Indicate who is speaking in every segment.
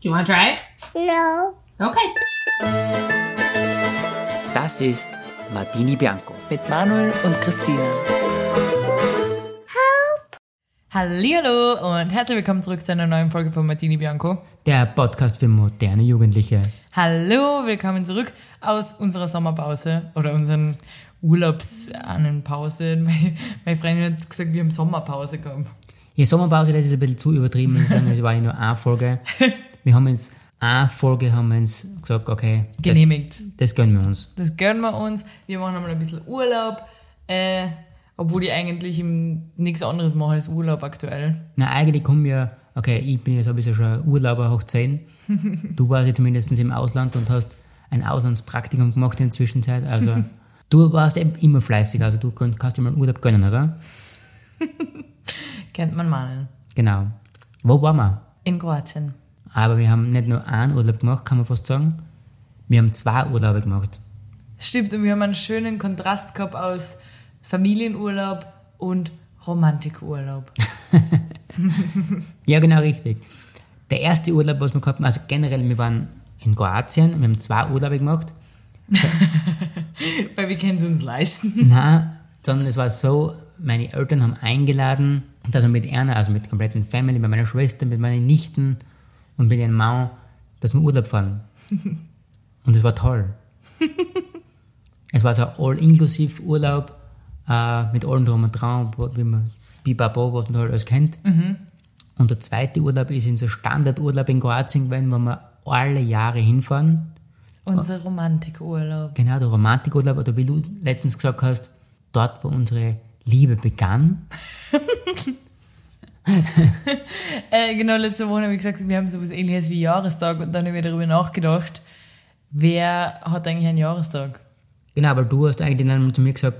Speaker 1: Do you want to try it?
Speaker 2: No.
Speaker 1: Okay.
Speaker 3: Das ist Martini Bianco.
Speaker 4: Mit Manuel und Christina.
Speaker 5: Hallihallo und herzlich willkommen zurück zu einer neuen Folge von Martini Bianco.
Speaker 3: Der Podcast für moderne Jugendliche.
Speaker 5: Hallo, willkommen zurück aus unserer Sommerpause oder unseren Urlaubsannenpause. Meine, meine Freundin hat gesagt, wir haben Sommerpause gehabt.
Speaker 3: Die Sommerpause, das ist ein bisschen zu übertrieben. muss Ich sagen, es war ja nur eine Folge. Wir haben jetzt eine Folge, haben wir uns gesagt, okay, das,
Speaker 5: Genehmigt.
Speaker 3: das gönnen wir uns.
Speaker 5: Das gönnen wir uns. Wir machen einmal ein bisschen Urlaub, äh, obwohl ich eigentlich im, nichts anderes mache als Urlaub aktuell.
Speaker 3: Na, eigentlich kommen wir, okay, ich bin jetzt ein bisschen schon Urlauber hoch 10. Du warst ja zumindest im Ausland und hast ein Auslandspraktikum gemacht in der Zwischenzeit. Also, du warst eben immer fleißig, also du kon- kannst dir mal einen Urlaub gönnen, oder?
Speaker 5: Kennt man meinen.
Speaker 3: Genau. Wo waren wir?
Speaker 5: In Kroatien.
Speaker 3: Aber wir haben nicht nur einen Urlaub gemacht, kann man fast sagen. Wir haben zwei Urlaube gemacht.
Speaker 5: Stimmt, und wir haben einen schönen Kontrast gehabt aus Familienurlaub und Romantikurlaub.
Speaker 3: Ja, genau richtig. Der erste Urlaub, was wir gehabt haben, also generell, wir waren in Kroatien, wir haben zwei Urlaube gemacht.
Speaker 5: Weil wir können es uns leisten.
Speaker 3: Nein, sondern es war so, meine Eltern haben eingeladen, dass wir mit einer, also mit der kompletten Family, mit meiner Schwester, mit meinen Nichten und mit ihren Mama, dass wir Urlaub fahren. Und es war toll. es war so ein all-inclusive Urlaub äh, mit allem drum und dran, wo- wie man Bibabo, was man halt alles kennt. Und der zweite Urlaub ist in so Standardurlaub in Kroatien gewesen, wo wir alle Jahre hinfahren.
Speaker 5: Unser Romantikurlaub.
Speaker 3: Genau, der Romantikurlaub, oder wie du letztens gesagt hast, dort, wo unsere Liebe begann.
Speaker 5: Äh, genau, letzte Woche habe ich gesagt, wir haben sowas ähnliches wie Jahrestag und dann habe ich darüber nachgedacht, wer hat eigentlich einen Jahrestag?
Speaker 3: Genau, aber du hast eigentlich dann einmal zu mir gesagt,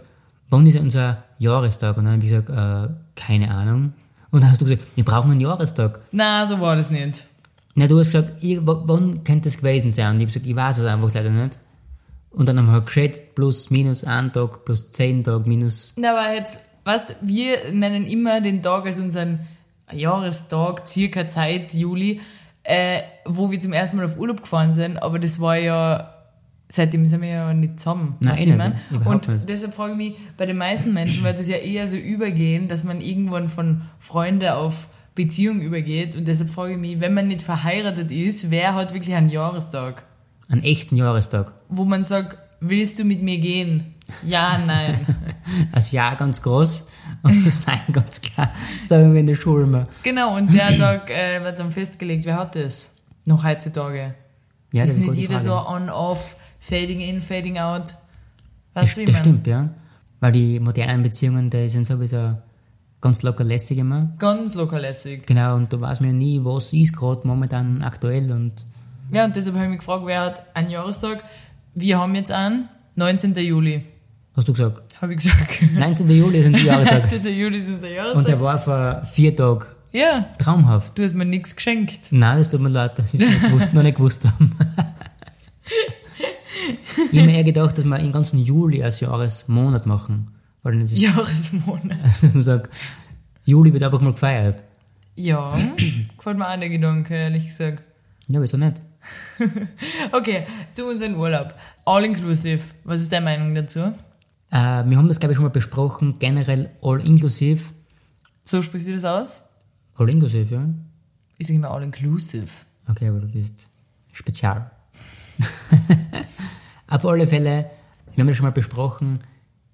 Speaker 3: wann ist unser Jahrestag? Und dann habe ich gesagt, äh, keine Ahnung. Und dann hast du gesagt, wir brauchen einen Jahrestag.
Speaker 5: Na, so war das nicht.
Speaker 3: Na, du hast gesagt, ich, w- wann könnte das gewesen sein? Und ich habe gesagt, ich weiß es einfach leider nicht. Und dann haben wir halt geschätzt, plus, minus einen Tag, plus zehn Tage, minus.
Speaker 5: Na, aber jetzt, weißt wir nennen immer den Tag als unseren Jahrestag, circa Zeit, Juli, äh, wo wir zum ersten Mal auf Urlaub gefahren sind, aber das war ja, seitdem sind wir ja nicht zusammen.
Speaker 3: Nein,
Speaker 5: weißt
Speaker 3: eh
Speaker 5: du,
Speaker 3: nicht,
Speaker 5: ich mein?
Speaker 3: überhaupt
Speaker 5: Und
Speaker 3: nicht.
Speaker 5: deshalb frage ich mich, bei den meisten Menschen wird das ja eher so übergehen, dass man irgendwann von Freunde auf Beziehung übergeht und deshalb frage ich mich, wenn man nicht verheiratet ist, wer hat wirklich einen Jahrestag?
Speaker 3: Einen echten Jahrestag.
Speaker 5: Wo man sagt, willst du mit mir gehen? Ja, nein.
Speaker 3: Das Ja ganz groß und das Nein ganz klar. Sagen wir in der Schule immer.
Speaker 5: Genau, und der Tag äh, wird dann festgelegt, wer hat das? Noch heutzutage.
Speaker 3: Ja,
Speaker 5: ist
Speaker 3: eine
Speaker 5: nicht
Speaker 3: gute
Speaker 5: jeder
Speaker 3: Frage.
Speaker 5: so on-off, fading in, fading out. Weißt du, wie
Speaker 3: das
Speaker 5: ich meine?
Speaker 3: stimmt, ja. Weil die modernen Beziehungen, da sind sowieso ganz locker lässig immer.
Speaker 5: Ganz lokalässig.
Speaker 3: Genau, und da weiß man ja nie, was ist gerade momentan aktuell und
Speaker 5: Ja, und deshalb habe ich mich gefragt, wer hat einen Jahrestag? Wir haben jetzt einen, 19. Juli,
Speaker 3: hast du gesagt,
Speaker 5: habe ich gesagt.
Speaker 3: 19. Juli sind die Jahrestag.
Speaker 5: 19. Juli ist unser
Speaker 3: und
Speaker 5: Jahrestag.
Speaker 3: der war vor vier Tagen
Speaker 5: Ja,
Speaker 3: traumhaft.
Speaker 5: du hast mir nichts geschenkt.
Speaker 3: Nein, das tut mir leid, dass ich es nicht gewusst, noch nicht gewusst habe. ich habe mir eher gedacht, dass wir den ganzen Juli als Jahresmonat machen. Weil dann ist es,
Speaker 5: Jahresmonat.
Speaker 3: dass man sagt, Juli wird einfach mal gefeiert.
Speaker 5: Ja, gefällt mir auch der Gedanke, ehrlich gesagt.
Speaker 3: Ja, wieso nicht?
Speaker 5: Okay, zu unserem Urlaub. All inclusive. Was ist deine Meinung dazu?
Speaker 3: Äh, wir haben das, glaube ich, schon mal besprochen, generell all-inclusive.
Speaker 5: So sprichst du das aus?
Speaker 3: All-inclusive, ja?
Speaker 5: Ich sage immer all inclusive.
Speaker 3: Okay, aber du bist spezial. Auf alle Fälle, wir haben das schon mal besprochen,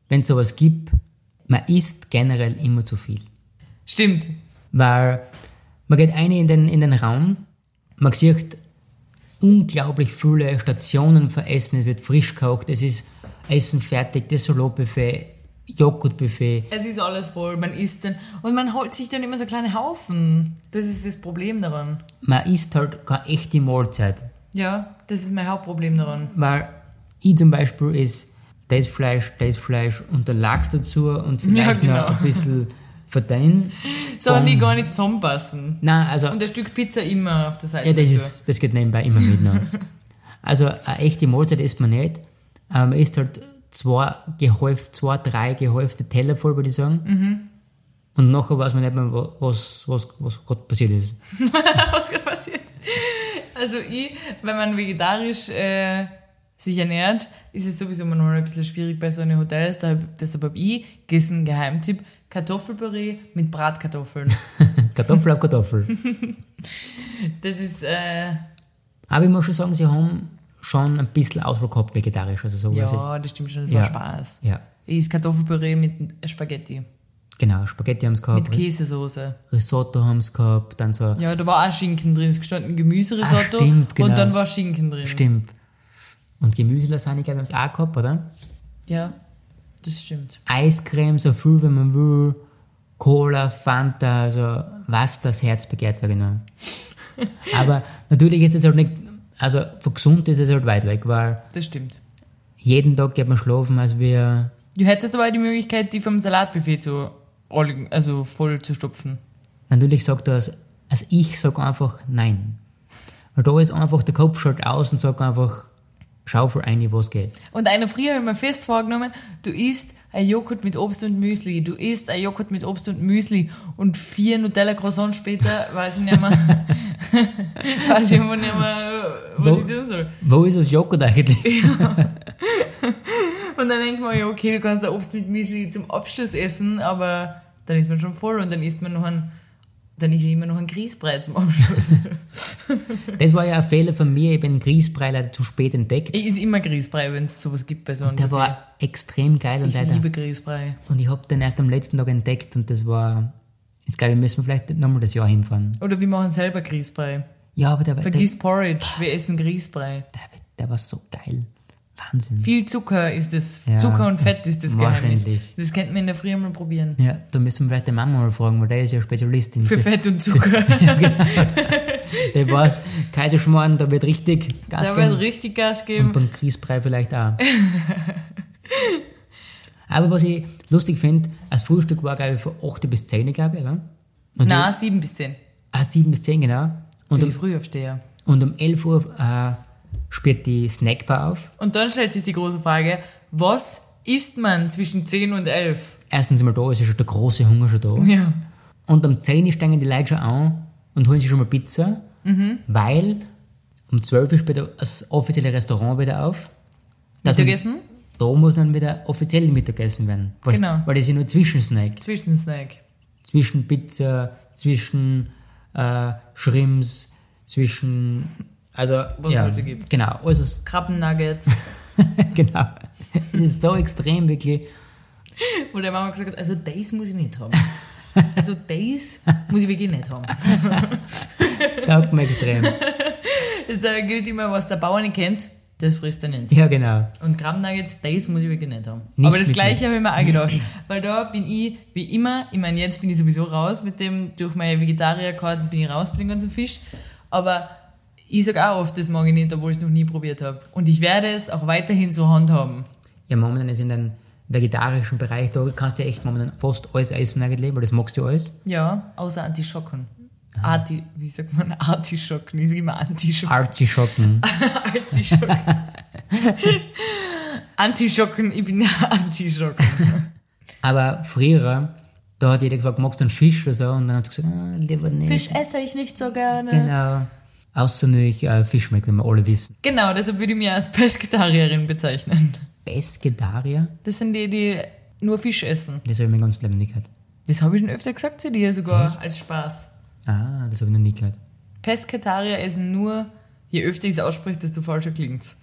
Speaker 3: wenn es sowas gibt, man isst generell immer zu viel.
Speaker 5: Stimmt.
Speaker 3: Weil man geht eine in den, in den Raum, man sieht unglaublich viele Stationen für Essen, es wird frisch gekocht, es ist Essen fertig, das Salatbuffet, Joghurtbuffet,
Speaker 5: Es ist alles voll, man isst dann und man holt sich dann immer so kleine Haufen. Das ist das Problem daran.
Speaker 3: man isst halt keine echte Mahlzeit.
Speaker 5: Ja, das ist mein Hauptproblem daran.
Speaker 3: Weil ich zum Beispiel ist das Fleisch, das Fleisch und der Lachs dazu und vielleicht
Speaker 5: Ja, genau.
Speaker 3: noch ein bisschen verteilen.
Speaker 5: So haben die
Speaker 3: Bom.
Speaker 5: gar nicht zusammenpassen.
Speaker 3: Nein, also
Speaker 5: Und ein Stück Pizza immer auf der Seite.
Speaker 3: ja, das,
Speaker 5: dazu.
Speaker 3: ist, das geht nebenbei immer mit. Noch. Also eine echte Mahlzeit isst man nicht. Aber man isst halt zwei, gehäuft, zwei, drei gehäufte Teller voll, würde ich sagen.
Speaker 5: Mhm.
Speaker 3: Und nachher weiß man nicht mehr, wa- was, was, was gerade passiert ist.
Speaker 5: was gerade passiert. Also ich, wenn man vegetarisch äh, sich ernährt, ist es sowieso manchmal ein bisschen schwierig bei so einem Hotel. Deshalb, deshalb habe ich gegessen, Geheimtipp, Kartoffelpüree mit Bratkartoffeln.
Speaker 3: Kartoffel auf Kartoffel.
Speaker 5: Das ist, äh,
Speaker 3: Aber ich muss schon sagen, sie haben schon ein bisschen Ausdruck gehabt vegetarisch. Also so was
Speaker 5: ja, das stimmt schon, das
Speaker 3: Ja.
Speaker 5: war Spaß.
Speaker 3: ist, ja,
Speaker 5: Ist Kartoffelpüree mit Spaghetti,
Speaker 3: genau. Spaghetti haben sie gehabt,
Speaker 5: mit Käsesoße.
Speaker 3: Risotto haben sie gehabt, dann so,
Speaker 5: Ja, da war auch Schinken drin, es gestanden Gemüserisotto
Speaker 3: Ach, stimmt, genau.
Speaker 5: und dann war Schinken drin.
Speaker 3: stimmt. Und Gemüselasagne, glaube ich, haben sie auch gehabt, oder?
Speaker 5: Ja, das stimmt.
Speaker 3: Eiscreme, so viel wie man will, Cola, Fanta, also was das Herz begehrt, sage ich nur. Aber natürlich ist es halt nicht, also von gesund ist es halt weit weg, weil
Speaker 5: Das stimmt.
Speaker 3: jeden Tag geht man schlafen, als wir,
Speaker 5: Du hättest aber die Möglichkeit, die vom Salatbuffet zu all- also voll zu stopfen.
Speaker 3: natürlich sagt das, also ich sage einfach nein. Weil da ist einfach der Kopf schaut aus und sagt einfach, schaufel ein, was geht.
Speaker 5: Und einer früher habe ich mir fest vorgenommen, du isst ein Joghurt mit Obst und Müsli, du isst ein Joghurt mit Obst und Müsli und vier Nutella Croissants später weiß ich nicht mehr, weiß ich immer nicht mehr, was
Speaker 3: Wo-
Speaker 5: ich tun soll.
Speaker 3: Wo ist das Joghurt eigentlich?
Speaker 5: Und dann denkt man, ja okay, du kannst ein Obst mit Müsli zum Abschluss essen, aber dann ist man schon voll und dann isst man noch ein, dann ist immer noch ein Grießbrei zum Abschluss.
Speaker 3: Das war ja ein Fehler von mir, ich bin Grießbrei leider zu spät entdeckt.
Speaker 5: ich esse immer Grießbrei, wenn es sowas gibt bei so einem
Speaker 3: Der
Speaker 5: Buffet.
Speaker 3: war extrem geil und
Speaker 5: Ich
Speaker 3: leider
Speaker 5: liebe Grießbrei.
Speaker 3: Und ich habe den erst am letzten Tag entdeckt und das war. Jetzt glaube ich, müssen wir vielleicht nochmal das Jahr hinfahren.
Speaker 5: Oder wir machen selber Grießbrei.
Speaker 3: Ja, aber der, war- der,
Speaker 5: Vergiss Porridge, wir essen Grießbrei.
Speaker 3: der, der war so geil. Wahnsinn.
Speaker 5: Viel Zucker ist das.
Speaker 3: Ja.
Speaker 5: Zucker und Fett ist das Geheimnis.
Speaker 3: Wahrscheinlich.
Speaker 5: Das könnten wir in der Früh mal probieren.
Speaker 3: Ja, da müssen wir vielleicht die Mama mal fragen, weil der ist ja Spezialistin.
Speaker 5: Für Fett und Zucker.
Speaker 3: Der weiß, Kaiserschmarrn, da wird richtig Gas
Speaker 5: da wird
Speaker 3: geben.
Speaker 5: richtig Gas
Speaker 3: Und
Speaker 5: geben.
Speaker 3: beim Grießbrei vielleicht auch. aber was ich lustig finde, als Frühstück war, glaube ich, von 8 bis 10, glaube ich, oder? Und
Speaker 5: Na, sieben bis zehn.
Speaker 3: Ah, 7 bis 10, genau.
Speaker 5: Für
Speaker 3: Und
Speaker 5: die
Speaker 3: um,
Speaker 5: Frühaufsteher.
Speaker 3: und um 11 Uhr äh, spielt die Snackbar auf.
Speaker 5: Und dann stellt sich die große Frage, was isst man zwischen zehn und elf?
Speaker 3: erstens einmal da ist ja schon der große Hunger schon da.
Speaker 5: Ja.
Speaker 3: Und am 10 Uhr steigen die Leute schon an und holen sich schon mal Pizza,
Speaker 5: Mhm.
Speaker 3: weil um 12 Uhr später das offizielle Restaurant wieder auf. Dass man-
Speaker 5: Mittagessen?
Speaker 3: Da muss dann wieder offiziell Mittagessen werden. Weil,
Speaker 5: Genau.
Speaker 3: weil das ist ja nur Zwischensnack.
Speaker 5: Zwischensnack.
Speaker 3: Zwischen Pizza, zwischen äh, Shrimps, zwischen. Also,
Speaker 5: Was es halt so gibt.
Speaker 3: Genau, alles was.
Speaker 5: Krabbennuggets.
Speaker 3: genau. Das ist so extrem, wirklich.
Speaker 5: Wo der Mama gesagt hat, also das muss ich nicht haben. Also das muss ich wirklich nicht haben.
Speaker 3: Taugt mir extrem.
Speaker 5: Da gilt immer, was der Bauer nicht kennt, das frisst er nicht.
Speaker 3: Ja, genau.
Speaker 5: Und Krabbennuggets, das muss ich wirklich nicht haben.
Speaker 3: Nicht
Speaker 5: Aber das
Speaker 3: mit
Speaker 5: Gleiche habe ich mir auch gedacht. Weil da bin ich, wie immer, ich meine, jetzt bin ich sowieso raus mit dem, durch meine Vegetarierkarten bin ich raus mit dem ganzen Fisch. Aber ich sage auch oft, das mag ich nicht, obwohl ich es noch nie probiert habe. Und ich werde es auch weiterhin so handhaben.
Speaker 3: Ja, momentan ist in den vegetarischen Bereich, da kannst du ja echt momentan fast alles essen eigentlich, weil das magst du alles.
Speaker 5: Ja, außer Antischocken. Arti, wie sagt man Artischocken? Ich sage immer Antischocken.
Speaker 3: Artischocken.
Speaker 5: Artischocken. Antischocken, ich bin Antischocken.
Speaker 3: Aber früher, da hat jeder gefragt, magst du einen Fisch oder so? Und dann hat du gesagt, ah, lieber nicht.
Speaker 5: Fisch esse ich nicht so gerne.
Speaker 3: Genau. Außer natürlich äh, Fisch schmeckt, wenn wir alle wissen.
Speaker 5: Genau, deshalb würde ich mich als Pesketarierin bezeichnen.
Speaker 3: Pescetarier?
Speaker 5: Das sind die, die nur Fisch essen.
Speaker 3: Das habe ich mein ganzes Leben nicht gehört.
Speaker 5: Das habe ich schon öfter gesagt zu dir sogar als Spaß.
Speaker 3: Ah, das habe ich noch nie gehört.
Speaker 5: Pesketarier essen nur, je öfter ich es ausspreche, desto falscher klingt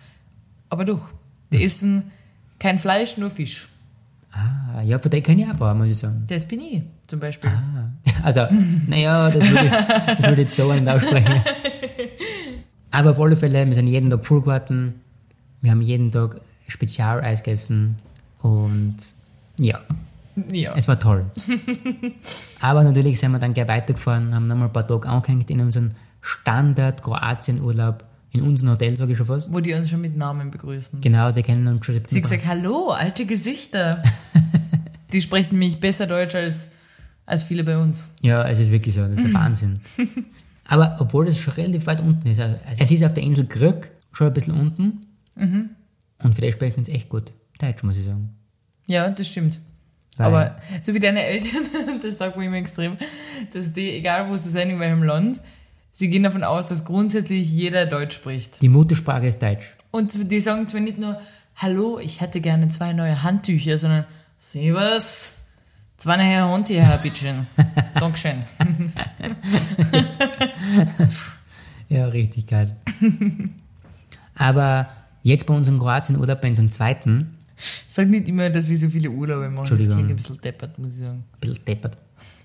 Speaker 5: Aber doch, die essen kein Fleisch, nur Fisch.
Speaker 3: Ah, ja, von der kann ich auch ein paar, muss ich sagen.
Speaker 5: Das bin ich zum Beispiel.
Speaker 3: Ah. Also, naja, das würde ich, das würde ich jetzt so nicht aussprechen. Aber auf alle Fälle, wir sind jeden Tag voll geworden. Wir haben jeden Tag Spezialeis gegessen. Und ja,
Speaker 5: Ja.
Speaker 3: es war toll. Aber natürlich sind wir dann gleich weitergefahren, haben nochmal ein paar Tage angehängt in unseren Standard-Kroatien-Urlaub, in unserem Hotel, sage ich schon fast.
Speaker 5: Wo die uns schon mit Namen begrüßen.
Speaker 3: Genau, die kennen uns schon.
Speaker 5: Sie hat gesagt, hallo, alte Gesichter. die sprechen mich besser Deutsch als, als viele bei uns.
Speaker 3: Ja, es ist wirklich so, das ist der Wahnsinn. Aber obwohl es schon relativ weit unten ist, also es ist auf der Insel Krück schon ein bisschen unten. Und für die sprechen es echt gut. Deutsch, muss ich sagen.
Speaker 5: Ja, das stimmt.
Speaker 3: Weil-
Speaker 5: Aber so wie deine Eltern, das sagt man immer extrem, dass die, egal wo sie sind, in welchem Land, sie gehen davon aus, dass grundsätzlich jeder Deutsch spricht.
Speaker 3: Die Muttersprache ist Deutsch.
Speaker 5: Und die sagen zwar nicht nur, hallo, ich hätte gerne zwei neue Handtücher, sondern, servus, zwei neue Handtücher, bitteschön. Dankeschön.
Speaker 3: Ja, richtig geil. Aber jetzt bei unserem Kroatien-Urlaub, bei unserem zweiten,
Speaker 5: Sag nicht immer, dass wir so viele Urlaube machen. Das
Speaker 3: Entschuldigung.
Speaker 5: klingt ein bisschen deppert, muss ich sagen.
Speaker 3: ein bisschen deppert,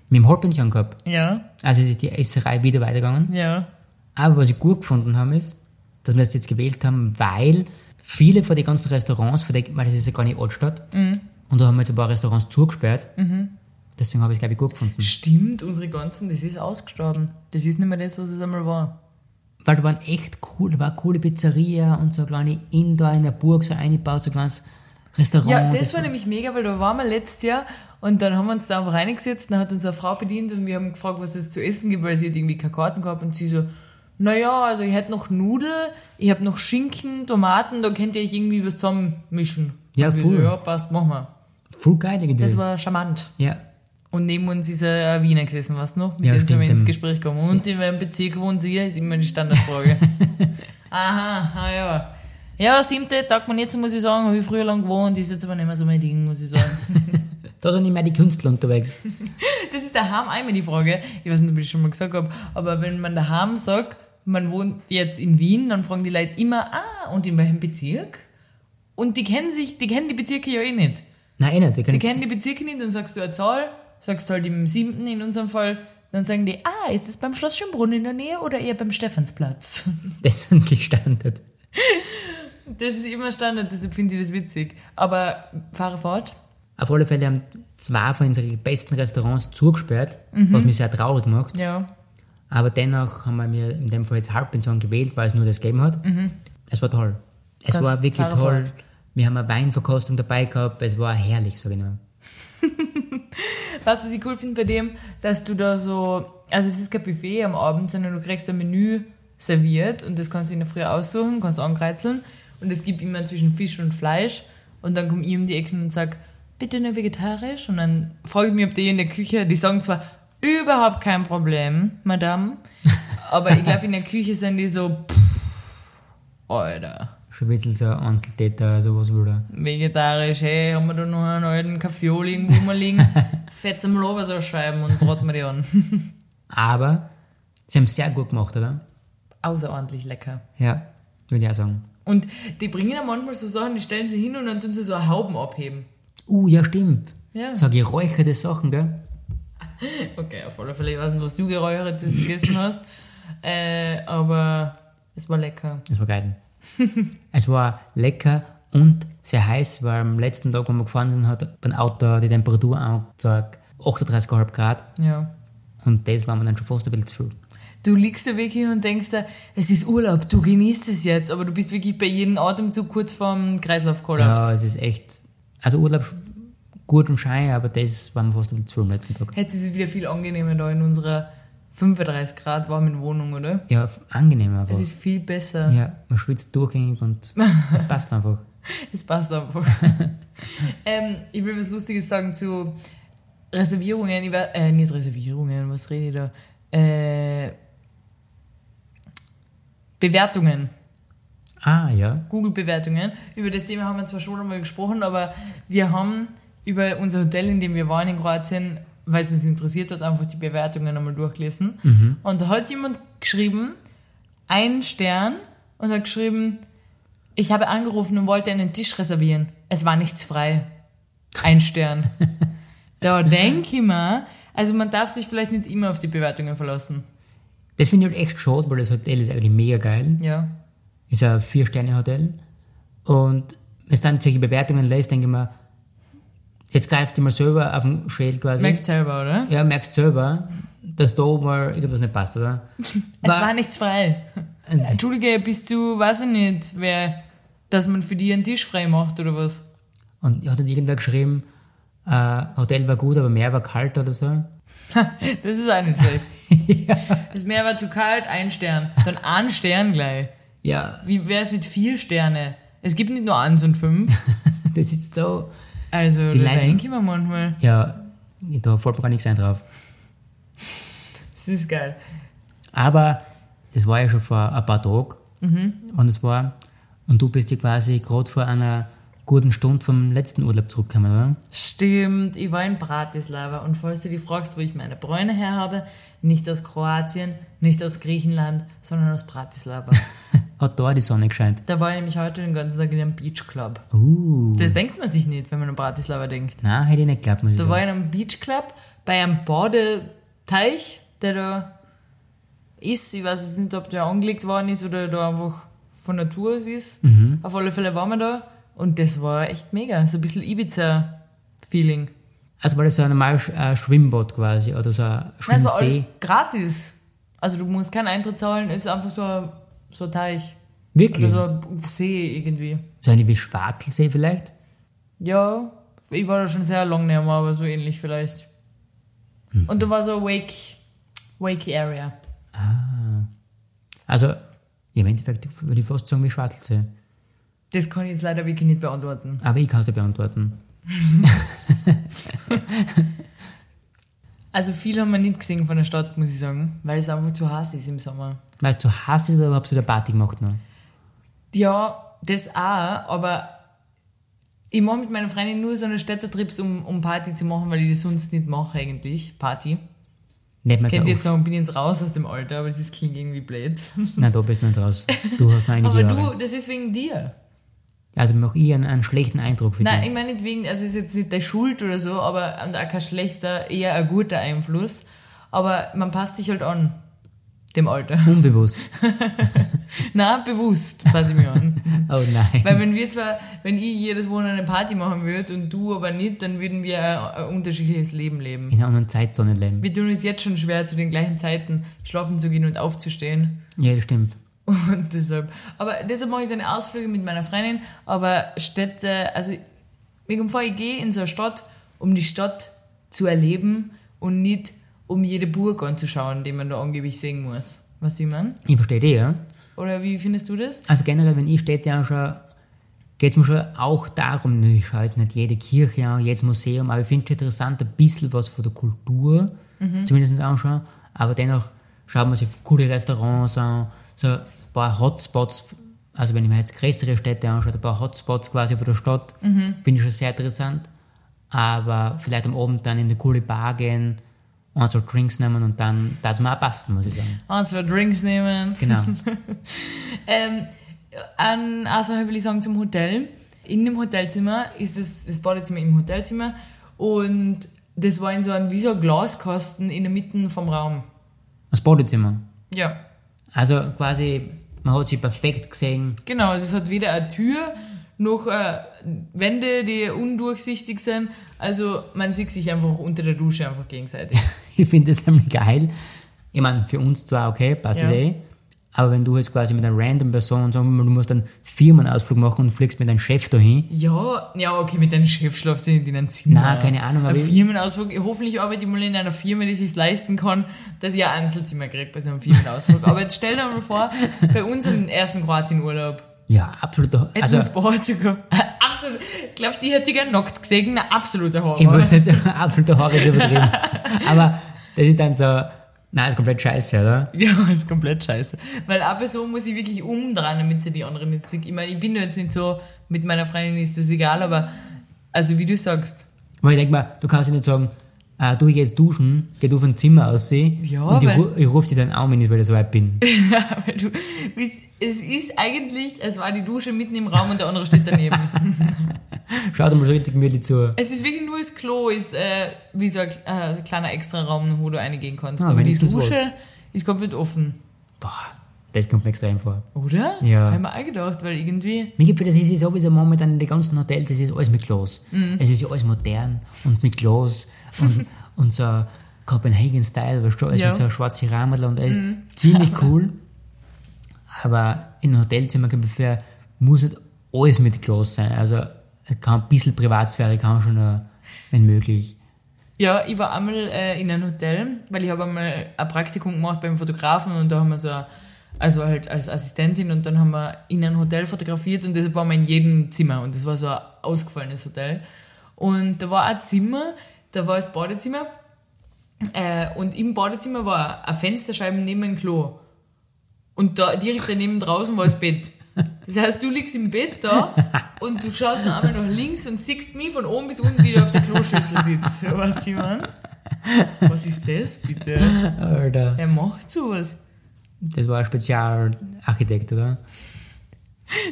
Speaker 3: mit dem Holpenschon gehabt.
Speaker 5: Ja,
Speaker 3: Also ist die Esserei wieder weitergegangen.
Speaker 5: ja.
Speaker 3: Aber was ich gut gefunden habe, ist, dass wir das jetzt gewählt haben, weil viele von den ganzen Restaurants, von der, weil das ist ja gar nicht Altstadt,
Speaker 5: Mhm.
Speaker 3: und da haben wir jetzt ein paar Restaurants zugesperrt. Deswegen habe ich es, glaube ich, gut gefunden.
Speaker 5: Stimmt, unsere ganzen, das ist ausgestorben. Das ist nicht mehr das, was es einmal war.
Speaker 3: Weil da waren echt cool, da war eine coole Pizzeria und so eine kleine Indoor in der Burg, so eingebaut, so ein kleines Restaurant.
Speaker 5: Ja, das war nämlich mega, weil da waren wir letztes Jahr und dann haben wir uns da einfach reingesetzt, dann hat uns eine Frau bedient und wir haben gefragt, was es zu essen gibt, weil sie hat irgendwie keine Karten gehabt und sie so, naja, also ich hätte noch Nudeln, ich habe noch Schinken, Tomaten, da könnt ihr euch irgendwie was zusammenmischen.
Speaker 3: Ja,
Speaker 5: Und wir
Speaker 3: voll.
Speaker 5: So, ja, passt, machen wir.
Speaker 3: Voll geil, irgendwie.
Speaker 5: Das war charmant.
Speaker 3: ja,
Speaker 5: Und neben uns ist ein Wiener gewesen, was noch? Mit
Speaker 3: Ja,
Speaker 5: dem sind
Speaker 3: stimmt,
Speaker 5: wir ins
Speaker 3: dem-
Speaker 5: Gespräch gekommen. Und in welchem Bezirk wohnen Sie? Ist immer die Standardfrage. Aha, ah ja. Ja, siebte, Tag man jetzt, muss ich sagen, habe ich früher lang gewohnt, ist jetzt aber nicht mehr so mein Ding, muss ich sagen.
Speaker 3: da sind immer die Künstler unterwegs.
Speaker 5: Das ist daheim einmal die Frage. Ich weiß nicht, ob ich das schon mal gesagt habe, aber wenn man daheim sagt, man wohnt jetzt in Wien, dann fragen die Leute immer, ah, und in welchem Bezirk? Und die kennen sich, die kennen die Bezirke ja eh nicht.
Speaker 3: Nein, eh nicht. Die
Speaker 5: Die
Speaker 3: können
Speaker 5: kennen die Bezirke nicht, dann sagst du eine Zahl, sagst halt im siebten in unserem Fall, dann sagen die, ah, ist das beim Schloss Schönbrunn in der Nähe oder eher beim Stephansplatz?
Speaker 3: das sind die Standard.
Speaker 5: Das ist immer Standard, deshalb finde ich das witzig. Aber fahre fort.
Speaker 3: Auf alle Fälle haben zwei von unseren besten Restaurants zugesperrt,
Speaker 5: Mhm.
Speaker 3: was mich sehr traurig macht.
Speaker 5: Ja.
Speaker 3: Aber dennoch haben wir in dem Fall jetzt Harpinson gewählt, weil es nur das gegeben hat. Es war toll. Es
Speaker 5: Das-
Speaker 3: war wirklich
Speaker 5: fahre
Speaker 3: toll.
Speaker 5: fort.
Speaker 3: Wir haben eine Weinverkostung dabei gehabt. Es war herrlich, sage ich nur.
Speaker 5: Was ich cool finde bei dem, dass du da so, also es ist kein Buffet am Abend, sondern du kriegst ein Menü serviert und das kannst du in der Früh aussuchen, kannst ankreuzeln und es gibt immer zwischen Fisch und Fleisch und dann komme ich um die Ecken und sag, bitte nur vegetarisch und dann frage ich mich, ob die in der Küche, die sagen zwar, überhaupt kein Problem, Madame, aber ich glaube in der Küche sind die so, pff, Alter,
Speaker 3: Schon ein bisschen so Einzeltäter, sowas würde.
Speaker 5: vegetarisch, hey, haben wir da noch einen alten Kaffeeol irgendwo mal liegen, fett zum Lobeserscheiben und braten wir die an.
Speaker 3: Aber sie haben es sehr gut gemacht, oder?
Speaker 5: außerordentlich lecker.
Speaker 3: Ja, würde ich auch sagen.
Speaker 5: Und die bringen ja manchmal so Sachen, die stellen sie hin und dann tun sie so Hauben abheben.
Speaker 3: Uh, ja, stimmt.
Speaker 5: Ja.
Speaker 3: So geräucherte Sachen, gell?
Speaker 5: Okay, auf alle Fälle, ich weiß nicht, was du geräuchertes gegessen hast, äh, aber es war lecker.
Speaker 3: Das war geil. es war lecker und sehr heiß, weil am letzten Tag, wo wir gefahren sind, hat beim Auto die Temperatur angezeigt, 38,5 Grad.
Speaker 5: Ja.
Speaker 3: Und das war mir dann schon fast ein bisschen zu viel.
Speaker 5: Du liegst da wirklich und denkst da, es ist Urlaub, du genießt es jetzt, aber du bist wirklich bei jedem Atemzug kurz vorm Kreislaufkollaps.
Speaker 3: Ja, es ist echt. Also Urlaub gut und schein, aber das war mir fast ein bisschen zu viel am letzten Tag.
Speaker 5: Jetzt ist es wieder viel angenehmer da in unserer 35 Grad warmen Wohnung, oder?
Speaker 3: Ja, f- angenehm einfach.
Speaker 5: Es ist viel besser.
Speaker 3: ja, man schwitzt durchgängig und es passt einfach.
Speaker 5: Es passt einfach. ähm, ich will was Lustiges sagen zu Reservierungen. Ich war, äh, nicht Reservierungen, was rede ich da? Äh, Bewertungen,
Speaker 3: Ah, ja.
Speaker 5: Google-Bewertungen. Über das Thema haben wir zwar schon einmal gesprochen, aber wir haben über unser Hotel, in dem wir waren in Kroatien, weil es uns interessiert hat, einfach die Bewertungen einmal durchgelesen. Und da hat jemand geschrieben, einen Stern, und hat geschrieben, ich habe angerufen und wollte einen Tisch reservieren. Es war nichts frei. Ein Stern. da denke ich mal, also man darf sich vielleicht nicht immer auf die Bewertungen verlassen.
Speaker 3: Das finde ich halt echt schade, weil das Hotel ist eigentlich mega geil.
Speaker 5: Ja.
Speaker 3: Ist ein Vier-Sterne-Hotel. Und wenn du dann solche Bewertungen lässt, denke ich mir, jetzt greifst du mal selber auf den Schädel quasi.
Speaker 5: Merkst selber, oder?
Speaker 3: ja, merkst selber, dass da mal irgendwas nicht passt, oder?
Speaker 5: Es war nichts frei. Entschuldige, bist du, weiß ich nicht, wer, dass man für die einen Tisch frei macht oder was?
Speaker 3: Und hat dann irgendwer geschrieben, äh, Hotel war gut, aber mehr war kalt oder so.
Speaker 5: Das ist auch nicht schlecht. Das Meer war zu kalt, ein Stern. Dann ein Stern gleich.
Speaker 3: Ja,
Speaker 5: Wie wäre es mit vier Sterne? Es gibt nicht nur eins und fünf.
Speaker 3: das ist so.
Speaker 5: Also,
Speaker 3: Die
Speaker 5: da
Speaker 3: Leute-
Speaker 5: denke ich mir manchmal.
Speaker 3: Ja, da fällt mir gar nichts ein drauf.
Speaker 5: Das ist geil.
Speaker 3: Aber das war ja schon vor ein paar Tagen,
Speaker 5: Mhm.
Speaker 3: und es war, und du bist ja quasi gerade vor einer guten Stunde vom letzten Urlaub zurückgekommen, oder?
Speaker 5: Stimmt, ich war in Bratislava und falls du dich fragst, wo ich meine Bräune her habe, nicht aus Kroatien, nicht aus Griechenland, sondern aus Bratislava.
Speaker 3: Hat da die Sonne gescheint.
Speaker 5: da war ich nämlich heute den ganzen Tag in einem Beachclub.
Speaker 3: Uh,
Speaker 5: Das denkt man sich nicht, wenn man an Bratislava denkt.
Speaker 3: na, hätte ich nicht geglaubt, muss ich
Speaker 5: Da war
Speaker 3: sagen.
Speaker 5: ich in einem Beachclub bei einem Badeteich, der da ist. Ich weiß jetzt nicht, ob der angelegt worden ist oder da einfach von Natur aus ist. Auf alle Fälle waren wir da und das war echt mega. So ein bisschen Ibiza-Feeling.
Speaker 3: Also war das so ein normales äh, Schwimmbad quasi, oder so ein
Speaker 5: Nein, Es war alles
Speaker 3: Schwimmsee.
Speaker 5: gratis. Also du musst keinen Eintritt zahlen, es ist einfach so ein, so ein Teich. Oder
Speaker 3: Wirklich?
Speaker 5: so
Speaker 3: So.
Speaker 5: ein See irgendwie.
Speaker 3: eine wie Schwarzelsee vielleicht?
Speaker 5: Ja, ich war da schon sehr lang näher, aber so ähnlich vielleicht. Und da war so eine Wake, Wake Area.
Speaker 3: Also, ja, im Endeffekt würde ich fast sagen wie Schwarzelsee.
Speaker 5: Das kann ich jetzt leider wirklich nicht beantworten.
Speaker 3: Aber ich kann es dir beantworten.
Speaker 5: Also viel haben wir nicht gesehen von der Stadt, muss ich sagen, weil es einfach zu heiß ist im Sommer.
Speaker 3: Weißt du, so Hass ist oder überhaupt wieder Party gemacht noch?
Speaker 5: Ja, das auch, aber ich mache mit meiner Freundin nur so eine Städtetrips, um, um Party zu machen, weil ich das sonst nicht mache eigentlich, Party.
Speaker 3: Nicht mehr so
Speaker 5: Könnt ihr jetzt
Speaker 3: oft.
Speaker 5: sagen, bin jetzt raus aus dem Alter, aber das klingt irgendwie blöd.
Speaker 3: Nein, da bist du nicht raus. Du hast noch einige
Speaker 5: Aber
Speaker 3: Jahre.
Speaker 5: du, das ist wegen dir.
Speaker 3: Also mach ich einen, einen schlechten Eindruck für
Speaker 5: Nein,
Speaker 3: dich.
Speaker 5: ich meine nicht wegen, also es ist jetzt nicht der Schuld oder so, aber und auch kein schlechter, eher ein guter Einfluss. Aber man passt sich halt an, dem Alter.
Speaker 3: Unbewusst.
Speaker 5: Na, bewusst passe ich mich an.
Speaker 3: Oh nein.
Speaker 5: Weil wenn wir zwar, wenn ich jedes Wochenende eine Party machen würde und du aber nicht, dann würden wir ein, ein unterschiedliches Leben leben.
Speaker 3: In einer anderen Zeitzone leben.
Speaker 5: Wir tun uns jetzt schon schwer, zu den gleichen Zeiten schlafen zu gehen und aufzustehen.
Speaker 3: Ja, das stimmt.
Speaker 5: Und deshalb, aber deshalb mache ich so eine Ausflüge mit meiner Freundin, aber Städte, also mir kommt vor, ich gehe in so eine Stadt, um die Stadt zu erleben und nicht um jede Burg anzuschauen, die man da angeblich sehen muss. Weißt du, wie ich meine?
Speaker 3: Ich verstehe dich, ja.
Speaker 5: Oder wie findest du das?
Speaker 3: Also generell, wenn ich Städte anschaue, geht es mir schon auch darum, ich schaue jetzt nicht jede Kirche an, jedes Museum, aber ich finde es interessant, ein bisschen was von der Kultur zumindest anschauen, aber dennoch schaut man sich coole Restaurants an, so ein paar Hotspots, also wenn ich mir jetzt größere Städte anschaue, ein paar Hotspots quasi von der Stadt, finde ich schon sehr interessant, aber vielleicht am Abend dann in eine coole Bar gehen und so Drinks nehmen und dann, da es mir auch passen, muss ich sagen.
Speaker 5: Und zwar Drinks nehmen.
Speaker 3: Genau.
Speaker 5: Ähm, an, also will ich sagen, zum Hotel. In dem Hotelzimmer ist das, das Badezimmer im Hotelzimmer und das war in so einem, wie so ein Glaskasten in der Mitte vom Raum.
Speaker 3: Das Badezimmer.
Speaker 5: Ja,
Speaker 3: Also quasi, man hat sie perfekt gesehen.
Speaker 5: Genau, also es hat weder eine Tür noch äh, Wände, die undurchsichtig sind. Also man sieht sich einfach unter der Dusche einfach gegenseitig.
Speaker 3: Ich finde das nämlich geil. Ich meine, für uns zwar okay, passt
Speaker 5: Ja.
Speaker 3: das eh. Aber wenn du jetzt quasi mit einer random Person, sagen wir mal, du musst einen Firmenausflug machen und fliegst mit deinem Chef dahin,
Speaker 5: ja, ja, okay, mit deinem Chef schlafst du nicht in einem Zimmer.
Speaker 3: Na, keine Ahnung,
Speaker 5: Ein
Speaker 3: aber ich-
Speaker 5: Firmenausflug. Hoffentlich arbeite ich mal in einer Firma, die sich leisten kann, dass ich ein Einzelzimmer kriege bei so einem Firmenausflug. Aber jetzt stell dir mal vor, bei unserem ersten Kroatien-Urlaub
Speaker 3: ja, absolut.
Speaker 5: hätten
Speaker 3: Also,
Speaker 5: wir Sport sogar. Absolut. Glaubst du, ich hätte dich gerne nackt gesehen? Ein absoluter
Speaker 3: ich
Speaker 5: Horror.
Speaker 3: muss jetzt absolut Haare ist übertrieben. aber das ist dann so, nein, ist komplett scheiße, oder?
Speaker 5: Ja, ist komplett scheiße. Weil eine Person muss ich wirklich umdrehen, damit sie die andere nicht sieht. Ich meine, ich bin da jetzt nicht so, mit meiner Freundin ist das egal, aber also wie du sagst.
Speaker 3: Weil ich denke mal, du kannst ja nicht sagen, äh, du, ich geh jetzt duschen, geh du vom Zimmer aussehen
Speaker 5: Ja,
Speaker 3: und ich,
Speaker 5: weil-
Speaker 3: ru- ich rufe dich dann an, wenn ich wieder so weit bin.
Speaker 5: Weil du, es es ist eigentlich, es war die Dusche mitten im Raum und der andere steht daneben.
Speaker 3: Schau dir mal so richtig gemütlich zu.
Speaker 5: es ist wirklich nur das Klo, ist äh, wie so ein äh, kleiner extra Raum, wo du reingehen kannst.
Speaker 3: Ah,
Speaker 5: aber die
Speaker 3: wenigstens
Speaker 5: Dusche
Speaker 3: was.
Speaker 5: ist komplett offen.
Speaker 3: Boah, das kommt mir extrem vor.
Speaker 5: Oder?
Speaker 3: Ja.
Speaker 5: Haben wir auch gedacht, weil irgendwie.
Speaker 3: Mir gibt das ist ja sowieso momentan in den ganzen Hotels, das ist alles mit Glas.
Speaker 5: Mhm.
Speaker 3: Es ist ja alles modern und mit Glas und, und so Copenhagen-Style, weißt du, alles
Speaker 5: Ja. Mhm.
Speaker 3: mit so schwarzen Rahmen und alles. Ziemlich cool. Aber in einem Hotelzimmer ungefähr muss nicht alles mit Glas sein. Also es kann ein bisschen Privatsphäre kann schon, äh, wenn möglich.
Speaker 5: Ja, ich war einmal äh, in einem Hotel, weil ich habe einmal ein Praktikum gemacht beim Fotografen und da haben wir so, ein- also halt als Assistentin und dann haben wir in einem Hotel fotografiert und deshalb waren wir in jedem Zimmer und das war so ein ausgefallenes Hotel. Und da war ein Zimmer, da war das Badezimmer äh, und im Badezimmer war eine Fensterscheibe neben dem Klo. Und da direkt daneben draußen war das Bett. Das heißt, du liegst im Bett da und du schaust noch einmal nach links und siehst mich von oben bis unten wieder auf der Kloschüssel sitzen. Weißt du, ich mein? Was ist das bitte?
Speaker 3: Alter.
Speaker 5: Wer macht sowas?
Speaker 3: Das war ein Spezialarchitekt, oder?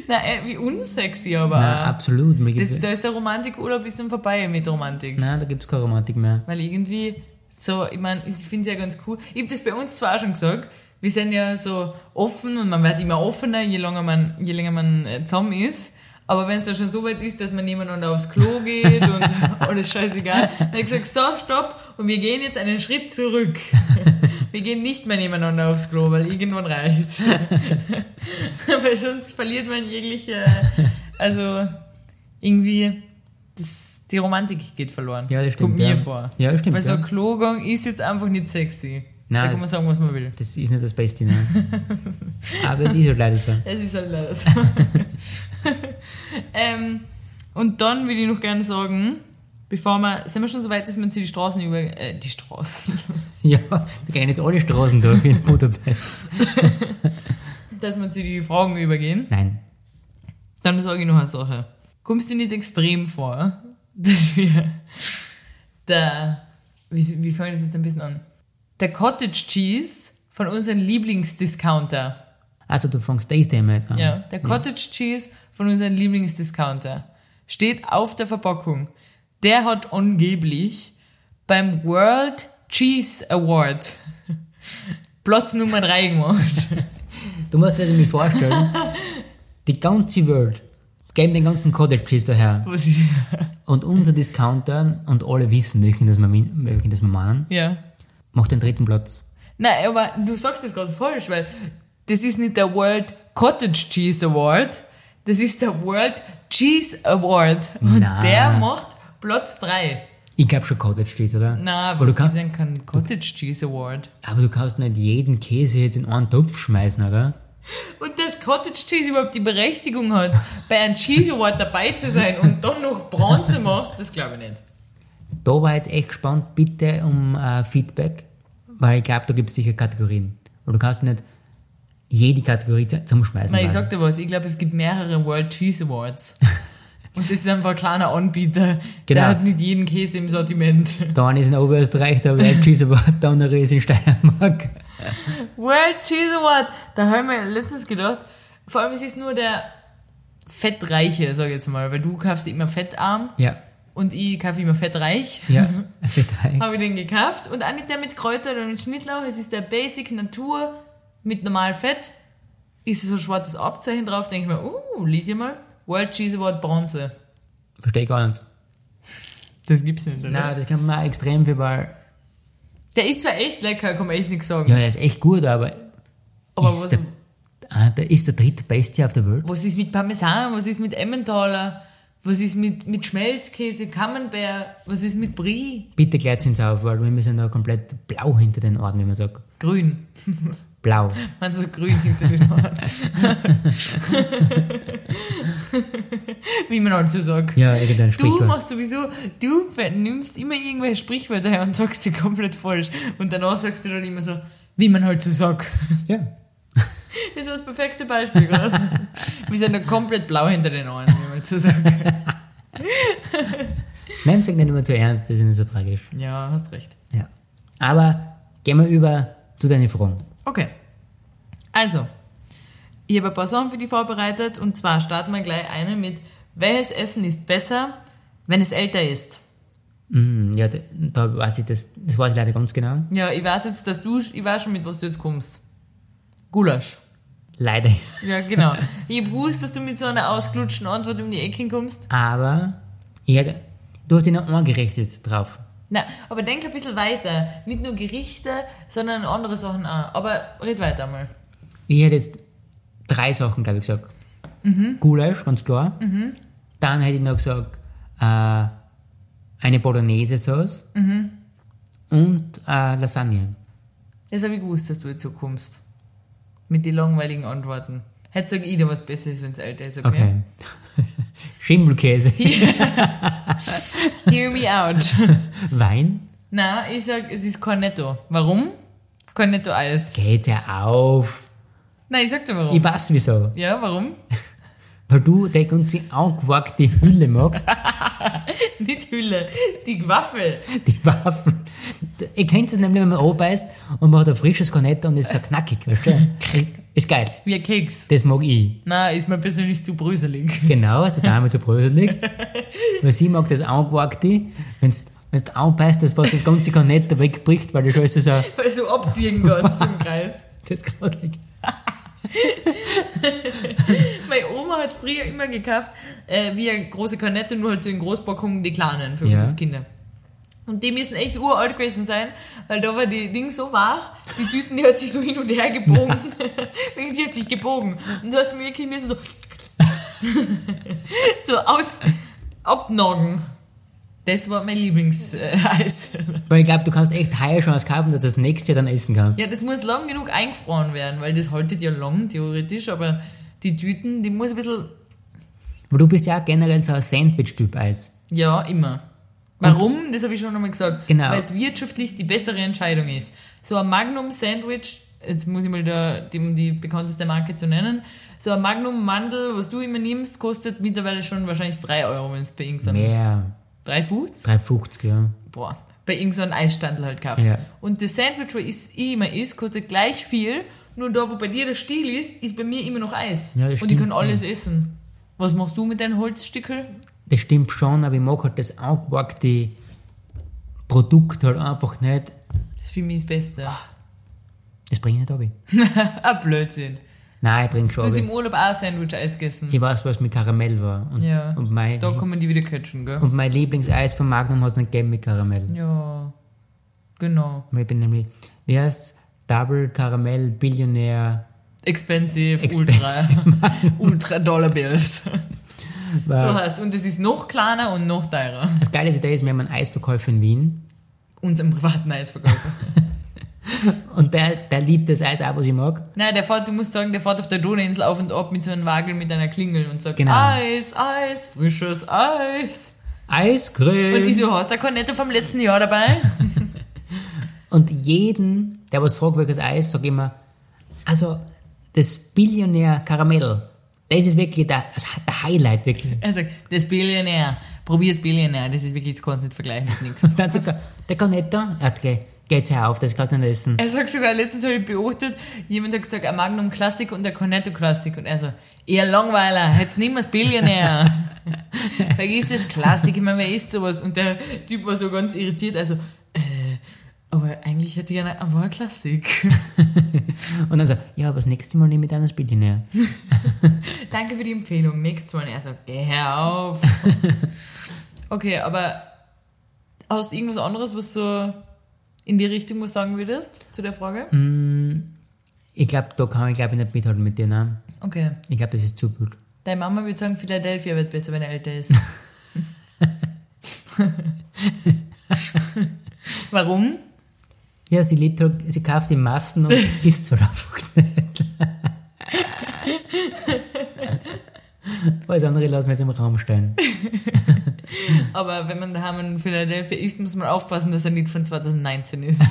Speaker 5: Nein, wie unsexy aber.
Speaker 3: Nein,
Speaker 5: auch.
Speaker 3: absolut. Mir
Speaker 5: das,
Speaker 3: gibt,
Speaker 5: da ist der Romantikurlaub ist dann vorbei mit Romantik.
Speaker 3: nein, da gibt es keine Romantik mehr.
Speaker 5: Weil irgendwie, so, ich meine, ich finde es ja ganz cool. Ich habe das bei uns zwar auch schon gesagt, wir sind ja so offen und man wird immer offener, je länger man, je länger man äh, zusammen ist. Aber wenn es da schon so weit ist, dass man nebeneinander aufs Klo geht und alles scheißegal, dann habe ich gesagt, so, stopp, und wir gehen jetzt einen Schritt zurück. Wir gehen nicht mehr nebeneinander aufs Klo, weil irgendwann reicht Weil sonst verliert man jegliche, also irgendwie, das, die Romantik geht verloren.
Speaker 3: Ja, das stimmt.
Speaker 5: Kommt mir
Speaker 3: ja.
Speaker 5: vor.
Speaker 3: Ja, das stimmt.
Speaker 5: Weil so ein
Speaker 3: ja.
Speaker 5: Klogang ist jetzt einfach nicht sexy.
Speaker 3: Nein,
Speaker 5: da kann man
Speaker 3: das-
Speaker 5: sagen, was man will.
Speaker 3: Das ist nicht das Beste, ne? Aber es ist halt leider so.
Speaker 5: Es ist halt leider so. ähm, und dann würde ich noch gerne sagen, bevor wir, sind wir schon so weit, dass wir uns hier die Straßen über, äh, die Straßen,
Speaker 3: Ja, wir gehen jetzt alle Straßen durch in Budapest.
Speaker 5: dass wir zu die Fragen übergehen,
Speaker 3: Nein.
Speaker 5: dann sage ich noch eine Sache. Kommst du dir nicht extrem vor, dass wir der, wie, wie fange ich das jetzt ein bisschen an? Der Cottage Cheese von unserem Lieblingsdiscounter.
Speaker 3: Also du fängst das Thema jetzt an.
Speaker 5: Ja, der Cottage Cheese von unserem Lieblingsdiscounter steht auf der Verpackung. Der hat angeblich beim World Cheese Award Platz Nummer 3 gemacht.
Speaker 3: Du musst dir das mir vorstellen. Die ganze Welt geben den ganzen Cottage Cheese daher.
Speaker 5: Was ist,
Speaker 3: Und unser Discounter, und alle wissen, welchen das wir, min- welchen das wir meinen,
Speaker 5: ja.
Speaker 3: macht den dritten Platz.
Speaker 5: Nein, aber du sagst das gerade falsch, weil das ist nicht der World Cottage Cheese Award, das ist der World Cheese Award. Und
Speaker 3: Na.
Speaker 5: der macht Platz 3.
Speaker 3: Ich glaube schon Cottage Cheese, oder?
Speaker 5: Na,
Speaker 3: aber du,
Speaker 5: was
Speaker 3: kann,
Speaker 5: gibt denn kein Cottage Cheese Award?
Speaker 3: aber du kannst nicht jeden Käse jetzt in einen Topf schmeißen, oder?
Speaker 5: Und dass Cottage Cheese überhaupt die Berechtigung hat, bei einem Cheese Award dabei zu sein und dann noch Bronze macht, das glaube ich nicht.
Speaker 3: Da war jetzt echt gespannt, bitte um äh, Feedback, weil ich glaube, da gibt es sicher Kategorien. Und du kannst nicht jede Kategorie z- zuschmeißen.
Speaker 5: Nein, ich
Speaker 3: lassen.
Speaker 5: sag dir was, ich glaube, es gibt mehrere World Cheese Awards. Und das ist einfach ein kleiner Anbieter.
Speaker 3: Genau.
Speaker 5: Der hat nicht jeden Käse im Sortiment.
Speaker 3: der eine ist in Oberösterreich, der Red Cheese Award, der andere ist in Steiermark.
Speaker 5: World Cheese Award! Da habe ich mir letztens gedacht, vor allem es ist nur der Fettreiche, sag ich jetzt mal, weil du kaufst immer fettarm
Speaker 3: Ja,
Speaker 5: und ich kaufe immer fettreich.
Speaker 3: ja, Detail.
Speaker 5: habe ich den gekauft. Und auch nicht der mit Kräuter oder mit Schnittlauch. Es ist der Basic Natur mit normal Fett. Ist so ein schwarzes Abzeichen drauf. Denke ich mir, uh, lies ich mal. World Cheese Award Bronze.
Speaker 3: Verstehe gar nicht.
Speaker 5: Das gibt's nicht, oder?
Speaker 3: Nein, das kann man auch extrem viel, weil,
Speaker 5: Der ist zwar echt lecker, kann man echt nichts sagen.
Speaker 3: ja, der ist echt gut, aber
Speaker 5: Aber
Speaker 3: ist
Speaker 5: was,
Speaker 3: der, ah, der ist der drittbeste auf der Welt.
Speaker 5: was ist mit Parmesan? Was ist mit Emmentaler? Was ist mit, mit Schmelzkäse, Camembert? Was ist mit Brie?
Speaker 3: Bitte gleich ins auf, weil wir sind da komplett blau hinter den Ohren, wie man sagt.
Speaker 5: Grün.
Speaker 3: Blau.
Speaker 5: Man so grün hinter den Ohren. Wie man halt so sagt.
Speaker 3: Ja, irgendein
Speaker 5: Du
Speaker 3: Sprichwort.
Speaker 5: machst sowieso, du nimmst immer irgendwelche Sprichwörter her und sagst sie komplett falsch. Und danach sagst du dann immer so, wie man halt so sagt.
Speaker 3: ja.
Speaker 5: Das war das perfekte Beispiel, oder? Wir sind da komplett blau hinter den Ohren, wie man so sagt.
Speaker 3: Nein, sag nicht immer zu ernst, das ist nicht so tragisch.
Speaker 5: Ja, hast recht.
Speaker 3: Ja. Aber gehen wir über zu deinen Fragen.
Speaker 5: Okay. Also, ich habe ein paar Sachen für dich vorbereitet und zwar starten wir gleich eine mit, welches Essen ist besser, wenn es älter ist?
Speaker 3: Mhm, ja, da- da weiß ich das, das weiß ich leider ganz genau.
Speaker 5: Ja, ich weiß jetzt, dass du, ich weiß schon, mit was du jetzt kommst. Gulasch.
Speaker 3: Leider.
Speaker 5: Ja, genau. Ich hab gewusst, dass du mit so einer ausgelutschten Antwort um die Ecke kommst.
Speaker 3: Aber ich hätte, du hast dich noch angerichtet jetzt drauf.
Speaker 5: Na, aber denk ein bisschen weiter. Nicht nur Gerichte, sondern andere Sachen auch. Aber red weiter mal.
Speaker 3: Ich hätte jetzt drei Sachen, glaube ich, gesagt. Gulasch, ganz klar. Dann hätte ich noch gesagt, äh, eine Bolognese-Sauce und äh, Lasagne.
Speaker 5: Das hab ich gewusst, dass du jetzt so kommst. Mit den langweiligen Antworten. Hätte sag ich dir was Besseres, wenn's älter ist, okay?
Speaker 3: Okay. Schimmelkäse,
Speaker 5: Hear me out.
Speaker 3: Wein.
Speaker 5: Na, ich sag, es ist Cornetto. Warum? Cornetto-Eis.
Speaker 3: Geht's ja auf.
Speaker 5: Nein, ich sag dir warum.
Speaker 3: Ich weiß wieso.
Speaker 5: ja, warum?
Speaker 3: Weil du der ganze angewagte Hülle magst,
Speaker 5: Nicht Hülle, die Waffel.
Speaker 3: die Waffen. Ihr kennt es nämlich, wenn man anbeißt und man hat ein frisches Kornetto und ist so knackig, weißt du? Ist geil.
Speaker 5: Wie ein Keks.
Speaker 3: Das mag ich.
Speaker 5: Na, ist mir persönlich zu bröselig.
Speaker 3: Genau, ist der Dame so bröselig. Weil sie mag das angewagte, wenn du anbeißt, das, was das ganze Kornetto wegbricht, weil das alles so, so
Speaker 5: Weil so abziehen kannst im Kreis.
Speaker 3: das ist grauslich.
Speaker 5: Meine Oma hat früher immer gekauft, äh, wie eine große Kornette, nur halt so in Großpackungen die kleinen für
Speaker 3: Ja.
Speaker 5: unsere Kinder. Und die müssen echt uralt gewesen sein, weil da war die Ding so wach, die Tüten, die hat sich so hin und her gebogen. Wegen die hat sich gebogen. Und du hast mir wirklich müssen so, so aus, abnagen. Das war mein Lieblingseis. Äh, Eis.
Speaker 3: Weil ich glaube, du kannst echt heuer schon was kaufen, dass du das nächste Jahr dann essen kannst.
Speaker 5: Ja, das muss lang genug eingefroren werden, weil das haltet ja lang theoretisch, aber die Tüten, die muss ein bisschen,
Speaker 3: Weil du bist ja auch generell so ein Sandwich-Typ Eis.
Speaker 5: ja, immer. Warum? das habe ich schon einmal gesagt.
Speaker 3: Genau.
Speaker 5: Weil es wirtschaftlich die bessere Entscheidung ist. So ein Magnum-Sandwich, jetzt muss ich mal da die, um die bekannteste Marke zu nennen, so ein Magnum-Mandel, was du immer nimmst, kostet mittlerweile schon wahrscheinlich 3 Euro, wenn es bei irgendeinem
Speaker 3: Mehr,
Speaker 5: 3,50?
Speaker 3: 3,50, ja.
Speaker 5: boah, bei irgendeinem Eisstandel halt kaufst.
Speaker 3: Ja.
Speaker 5: Und das Sandwich, was ich ich immer isst, kostet gleich viel, nur da, wo bei dir der Stiel ist, ist bei mir immer noch Eis.
Speaker 3: Ja, das
Speaker 5: Und ich
Speaker 3: stimmt,
Speaker 5: kann alles essen. Was machst du mit deinen Holzstückel?
Speaker 3: Das stimmt schon, aber ich mag halt das angewagte Produkt halt einfach nicht.
Speaker 5: Das ist für mich das Beste.
Speaker 3: Ah. Das bringe ich nicht runter.
Speaker 5: Ah, Blödsinn.
Speaker 3: Nein, ich bringe
Speaker 5: Du
Speaker 3: schon
Speaker 5: hast
Speaker 3: runter.
Speaker 5: im Urlaub auch Sandwich-Eis gegessen.
Speaker 3: Ich weiß, was mit Karamell war. Und,
Speaker 5: Ja.
Speaker 3: und, mein,
Speaker 5: Da kommen die wieder catchen, gell?
Speaker 3: und mein Lieblingseis von Magnum hat es nicht gegeben mit Karamell.
Speaker 5: Ja, genau.
Speaker 3: Ich bin nämlich, wie heißt Double Karamell Billionär.
Speaker 5: Expensive,
Speaker 3: Expensive
Speaker 5: Ultra. Ultra Dollar Bills. So
Speaker 3: Weil
Speaker 5: heißt. Und es ist noch kleiner und noch teurer.
Speaker 3: Das geile Idee ist, wir haben einen Eisverkäufer in Wien
Speaker 5: Uns im privaten Eisverkauf.
Speaker 3: und der, der liebt das Eis auch, was ich mag.
Speaker 5: Nein, der fährt, du musst sagen, der fährt auf der Donauinsel auf und ab mit so einem Wagen mit einer Klingel und sagt
Speaker 3: Genau.
Speaker 5: Eis, Eis, frisches Eis. Und
Speaker 3: Eiscreme!
Speaker 5: ich so, hast du eine Kornette vom letzten Jahr dabei?
Speaker 3: Und jeden, der was fragt, welches Eis, sag ich immer, also das Billionär Karamell, das ist wirklich der, das, der Highlight, wirklich.
Speaker 5: Er sagt, das Billionär, probier's Billionär, das ist wirklich, das kannst du nicht vergleichen mit nichts.
Speaker 3: Und dann sogar, der Cornetto, er hat ge- geht's hör auf, das kannst du nicht essen.
Speaker 5: Er sagt sogar, letztens habe ich beobachtet, jemand hat gesagt, ein Magnum Klassik und ein Cornetto Klassik. Und er so, eher Langweiler, jetzt nimm das Billionär. Vergiss das Klassik, ich meine, wer isst sowas? Und der Typ war so ganz irritiert, also, äh, aber eigentlich hätte ich gerne einfach eine Klassik.
Speaker 3: Und dann so, ja, aber das nächste Mal nehme ich dann das Billionär.
Speaker 5: Danke für die Empfehlung. Nächstes Mal. Er sagt, geh auf. okay, aber hast du irgendwas anderes, was so in die Richtung was sagen würdest zu der Frage?
Speaker 3: Ich glaube, da kann ich glaube ich nicht mithalten mit dir, nein.
Speaker 5: Okay.
Speaker 3: Ich glaube, das ist zu gut.
Speaker 5: Deine Mama würde sagen, Philadelphia wird besser, wenn er älter ist. Warum?
Speaker 3: Ja, sie lebt halt, sie kauft in Massen und isst es halt einfach nicht. Alles andere lassen wir jetzt im Raum stehen.
Speaker 5: Aber wenn man daheim in Philadelphia isst, muss man aufpassen, dass er nicht von 2019 ist.